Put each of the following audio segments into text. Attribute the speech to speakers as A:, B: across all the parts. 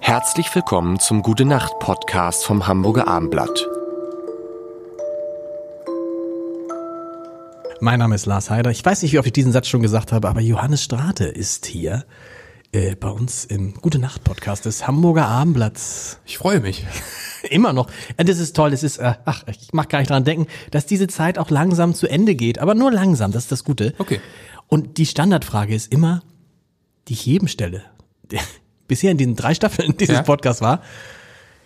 A: Herzlich willkommen zum Gute Nacht Podcast vom Hamburger Armblatt.
B: Mein Name ist Lars Heider. Ich weiß nicht, wie oft ich diesen Satz schon gesagt habe, aber Johannes Strate ist hier äh, bei uns im Gute Nacht Podcast des Hamburger Abendblatts.
C: Ich freue mich.
B: Immer noch. Äh, Das ist toll. Das ist, äh, ach, ich mag gar nicht dran denken, dass diese Zeit auch langsam zu Ende geht. Aber nur langsam. Das ist das Gute.
C: Okay.
B: Und die Standardfrage ist immer, die ich jedem stelle, der bisher in diesen drei Staffeln dieses
C: Ja.
B: Podcasts war.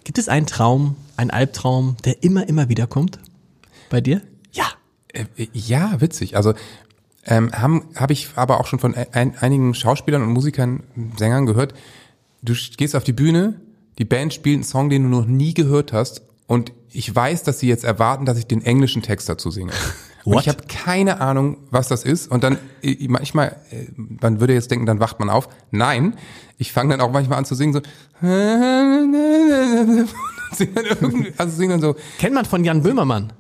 B: Gibt es einen Traum, einen Albtraum, der immer, immer wieder kommt? Bei dir? Ja.
C: Äh, äh, ja, witzig. Also ähm, habe hab ich aber auch schon von ein, einigen Schauspielern und Musikern, Sängern gehört, du sch- gehst auf die Bühne, die Band spielt einen Song, den du noch nie gehört hast und ich weiß, dass sie jetzt erwarten, dass ich den englischen Text dazu singe. Und
B: What?
C: ich habe keine Ahnung, was das ist. Und dann äh, manchmal, äh, man würde jetzt denken, dann wacht man auf. Nein, ich fange dann auch manchmal an zu singen so. Sing dann irgendwie- Also sing dann so.
B: Kennt man von Jan Böhmermann?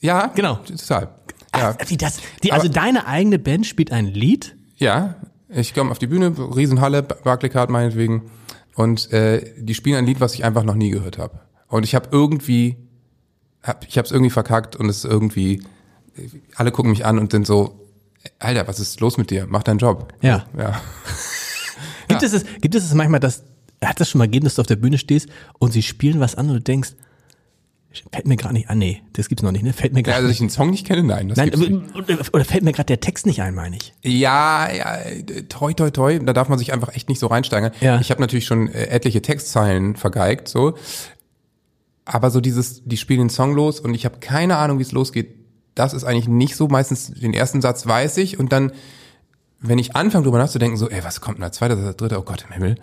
C: Ja,
B: Genau.
C: Total.
B: Ach,
C: Ja,
B: Wie das, die, also
C: Aber-
B: deine eigene Band spielt ein Lied?
C: ja. ich komme auf die Bühne, Riesenhalle, Barclaycard meinetwegen. Und äh, die spielen ein Lied, was ich einfach noch nie gehört habe. Und ich habe irgendwie, hab, ich habe es irgendwie verkackt und es irgendwie, alle gucken mich an und sind so, Alter, was ist los mit dir? Mach deinen Job.
B: Ja.
C: Ja.
B: Gibt, es es, gibt es es manchmal, dass, hat das schon mal gegeben, dass du auf der Bühne stehst und sie spielen was an und du denkst, fällt mir gerade nicht an, nee, das gibt's noch nicht, ne? Fällt mir
C: ja
B: gerade
C: also, dass ich einen Song nicht kenne, nein. Das gibt's nicht.
B: Nein, oder, oder fällt mir gerade der Text nicht ein, meine ich.
C: Ja, ja, toi, toi, toi, da darf man sich einfach echt nicht so reinsteigern.
B: Ja.
C: Ich habe natürlich schon äh, etliche Textzeilen vergeigt, so. Aber so dieses, die spielen den Song los und ich habe keine Ahnung, wie es losgeht, das ist eigentlich nicht so. Meistens den ersten Satz weiß ich und dann, wenn ich anfange drüber nachzudenken, so, ey, was kommt denn da? Zweiter, Satz, dritter, oh Gott im Himmel.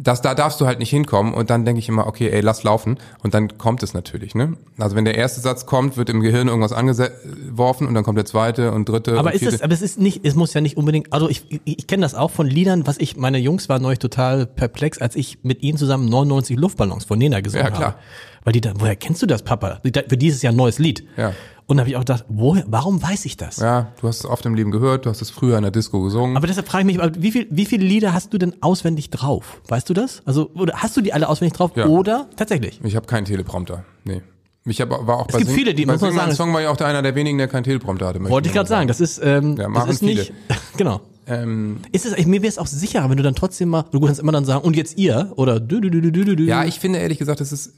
C: Das, da darfst du halt nicht hinkommen und dann denke ich immer, okay, ey, lass laufen und dann kommt es natürlich, ne? Also wenn der erste Satz kommt, wird im Gehirn irgendwas angeworfen und dann kommt der zweite und dritte
B: Aber
C: und
B: ist
C: vierte.
B: es, aber es ist nicht, es muss ja nicht unbedingt, also ich, ich, ich kenne das auch von Liedern, was ich, meine Jungs waren neulich total perplex, als ich mit ihnen zusammen 99 Luftballons von Nena gesungen
C: Ja, klar.
B: habe. Weil die dann, woher kennst du das, Papa? Die- Für die ist es ja ein neues Lied.
C: Ja.
B: Und da habe ich auch gedacht, woher, warum weiß ich das?
C: Ja, du hast es oft im Leben gehört, du hast es früher in der Disco gesungen.
B: Aber deshalb frage ich mich, aber wie, viel, wie viele Lieder hast du denn auswendig drauf? Weißt du das? Also, oder hast du die alle auswendig drauf?
C: Ja.
B: Oder tatsächlich?
C: ich habe keinen Teleprompter. Nee. Ich hab, war auch es
B: gibt viele, die-
C: bei
B: muss man
C: Sing Mein
B: sagen,
C: Song war ja auch der einer der wenigen, der keinen Teleprompter hatte. möchte
B: Wollte ich
C: mal
B: gerade sagen, das ist, ähm,
C: Ja,
B: das
C: machen
B: ist nicht. Genau.
C: Ähm,
B: Ist es, mir wäre es auch sicherer, wenn du dann trotzdem mal, du kannst immer dann sagen, und jetzt ihr oder du, du, du, du, du, du.
C: ja, ich finde ehrlich gesagt, das ist,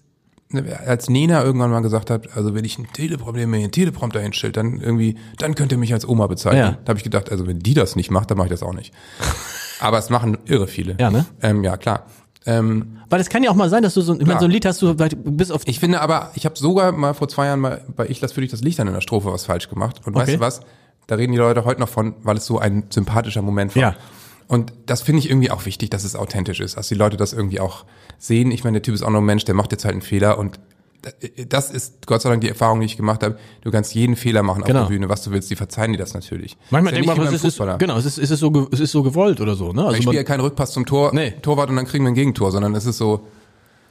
C: ne, als Nena irgendwann mal gesagt hat, also wenn ich ein Teleprompter, mir einen Teleprompter hinstellt, dann irgendwie, dann könnt ihr mich als Oma bezeichnen.
B: Ja.
C: Da habe ich gedacht, also wenn die das nicht macht, dann mache ich das auch nicht. Aber es machen irre viele.
B: Ja, ne?
C: Ähm, ja, klar. Ähm,
B: Weil es kann ja auch mal sein, dass du so, ich meine,
C: Klar.
B: so ein Lied hast, du vielleicht bist auf.
C: Ich finde aber, ich habe sogar mal vor zwei Jahren mal bei Ich lass für dich das Licht an in der Strophe was falsch gemacht. Und weißt
B: Okay.
C: du was? Da reden die Leute heute noch von, weil es so ein sympathischer Moment war.
B: Ja.
C: Und das finde ich irgendwie auch wichtig, dass es authentisch ist, dass die Leute das irgendwie auch sehen. Ich meine, der Typ ist auch nur ein Mensch, der macht jetzt halt einen Fehler und äh, das ist Gott sei Dank die Erfahrung, die ich gemacht habe. Du kannst jeden Fehler machen
B: Genau.
C: auf der Bühne, was du willst, die verzeihen dir das natürlich.
B: manchmal
C: Ist ja
B: denkt
C: nicht
B: man,
C: wie
B: es ist,
C: beim
B: es
C: Fußballer.
B: ist, genau, es ist, es ist so, ge- es ist so gewollt oder so, ne?
C: Ich
B: Also
C: spiele ja
B: man,
C: keinen Rückpass zum Tor,
B: Nee.
C: Torwart und dann kriegen wir ein Gegentor, sondern es ist so,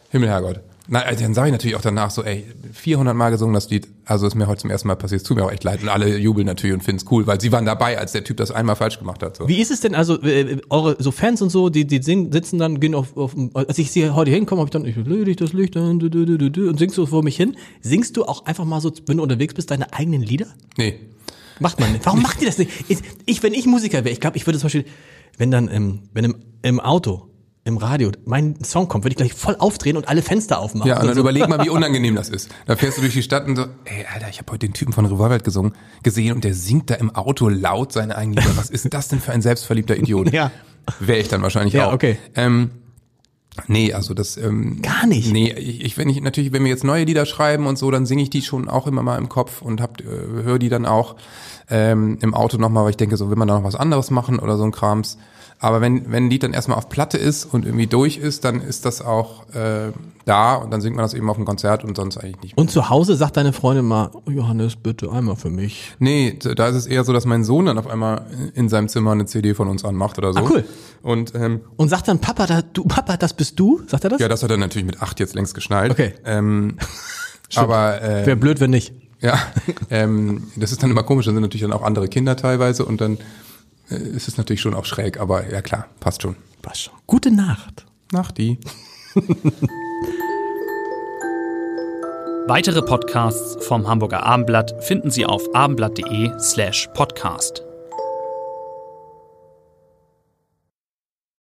C: Himmelherrgott. Nein, also dann sage ich natürlich auch danach so, ey, 400 Mal gesungen das Lied, also ist mir heute zum ersten Mal passiert, es tut mir auch echt leid und alle jubeln natürlich und finden es cool, weil sie waren dabei, als der Typ das einmal falsch gemacht hat. So.
B: wie ist es denn also, äh, eure so Fans und so, die, die singen, sitzen dann, gehen auf, auf als ich sie heute hinkomme, habe ich dann, ich ledig das Licht an, du, du, du, du, du, und singst so vor mich hin. Singst du auch einfach mal so, wenn du unterwegs bist, deine eigenen Lieder?
C: Nee,
B: Macht man nicht. Warum macht ihr das nicht? Ich, ich wenn ich Musiker wäre, ich glaube, ich würde zum Beispiel, wenn dann im, wenn im, im Auto, im Radio mein Song kommt, würde ich gleich voll aufdrehen und alle Fenster aufmachen.
C: ja, und dann
B: so.
C: überleg mal, wie unangenehm das ist. Da fährst du durch die Stadt und so, ey, Alter, ich habe heute den Typen von Revolverwelt gesungen, gesehen und der singt da im Auto laut seine eigenen Lieder. Was ist das denn für ein selbstverliebter Idiot?
B: Ja.
C: Wäre ich dann wahrscheinlich
B: Ja,
C: auch.
B: okay.
C: Ähm, nee, also das, ähm,
B: Gar nicht.
C: Nee, ich, ich, wenn ich natürlich, wenn wir jetzt neue Lieder schreiben und so, dann singe ich die schon auch immer mal im Kopf und hab, äh, höre die dann auch ähm, im Auto nochmal, weil ich denke, so will man da noch was anderes machen oder so ein Krams. Aber wenn, wenn ein Lied dann erstmal auf Platte ist und irgendwie durch ist, dann ist das auch äh, da und dann singt man das eben auf dem Konzert und sonst eigentlich nicht.
B: Und zu Hause sagt deine Freundin mal, "Oh, Johannes, bitte einmal für mich.
C: Nee, da ist es eher so, dass mein Sohn dann auf einmal in seinem Zimmer eine CD von uns anmacht oder so.
B: Ah, cool.
C: Und ähm,
B: Und sagt dann, Papa, da, du, Papa, das bist du? Sagt er das?
C: ja, das hat er natürlich mit acht jetzt längst geschnallt.
B: Okay.
C: Ähm, aber äh,
B: Wäre blöd, wenn nicht.
C: Ja, ähm, das ist dann immer komisch, dann sind natürlich dann auch andere Kinder teilweise und dann äh, ist es natürlich schon auch schräg, aber ja klar, passt schon.
B: Passt schon. Gute Nacht.
C: Nach die.
D: Weitere Podcasts vom Hamburger Abendblatt finden Sie auf abendblatt.de slash podcast.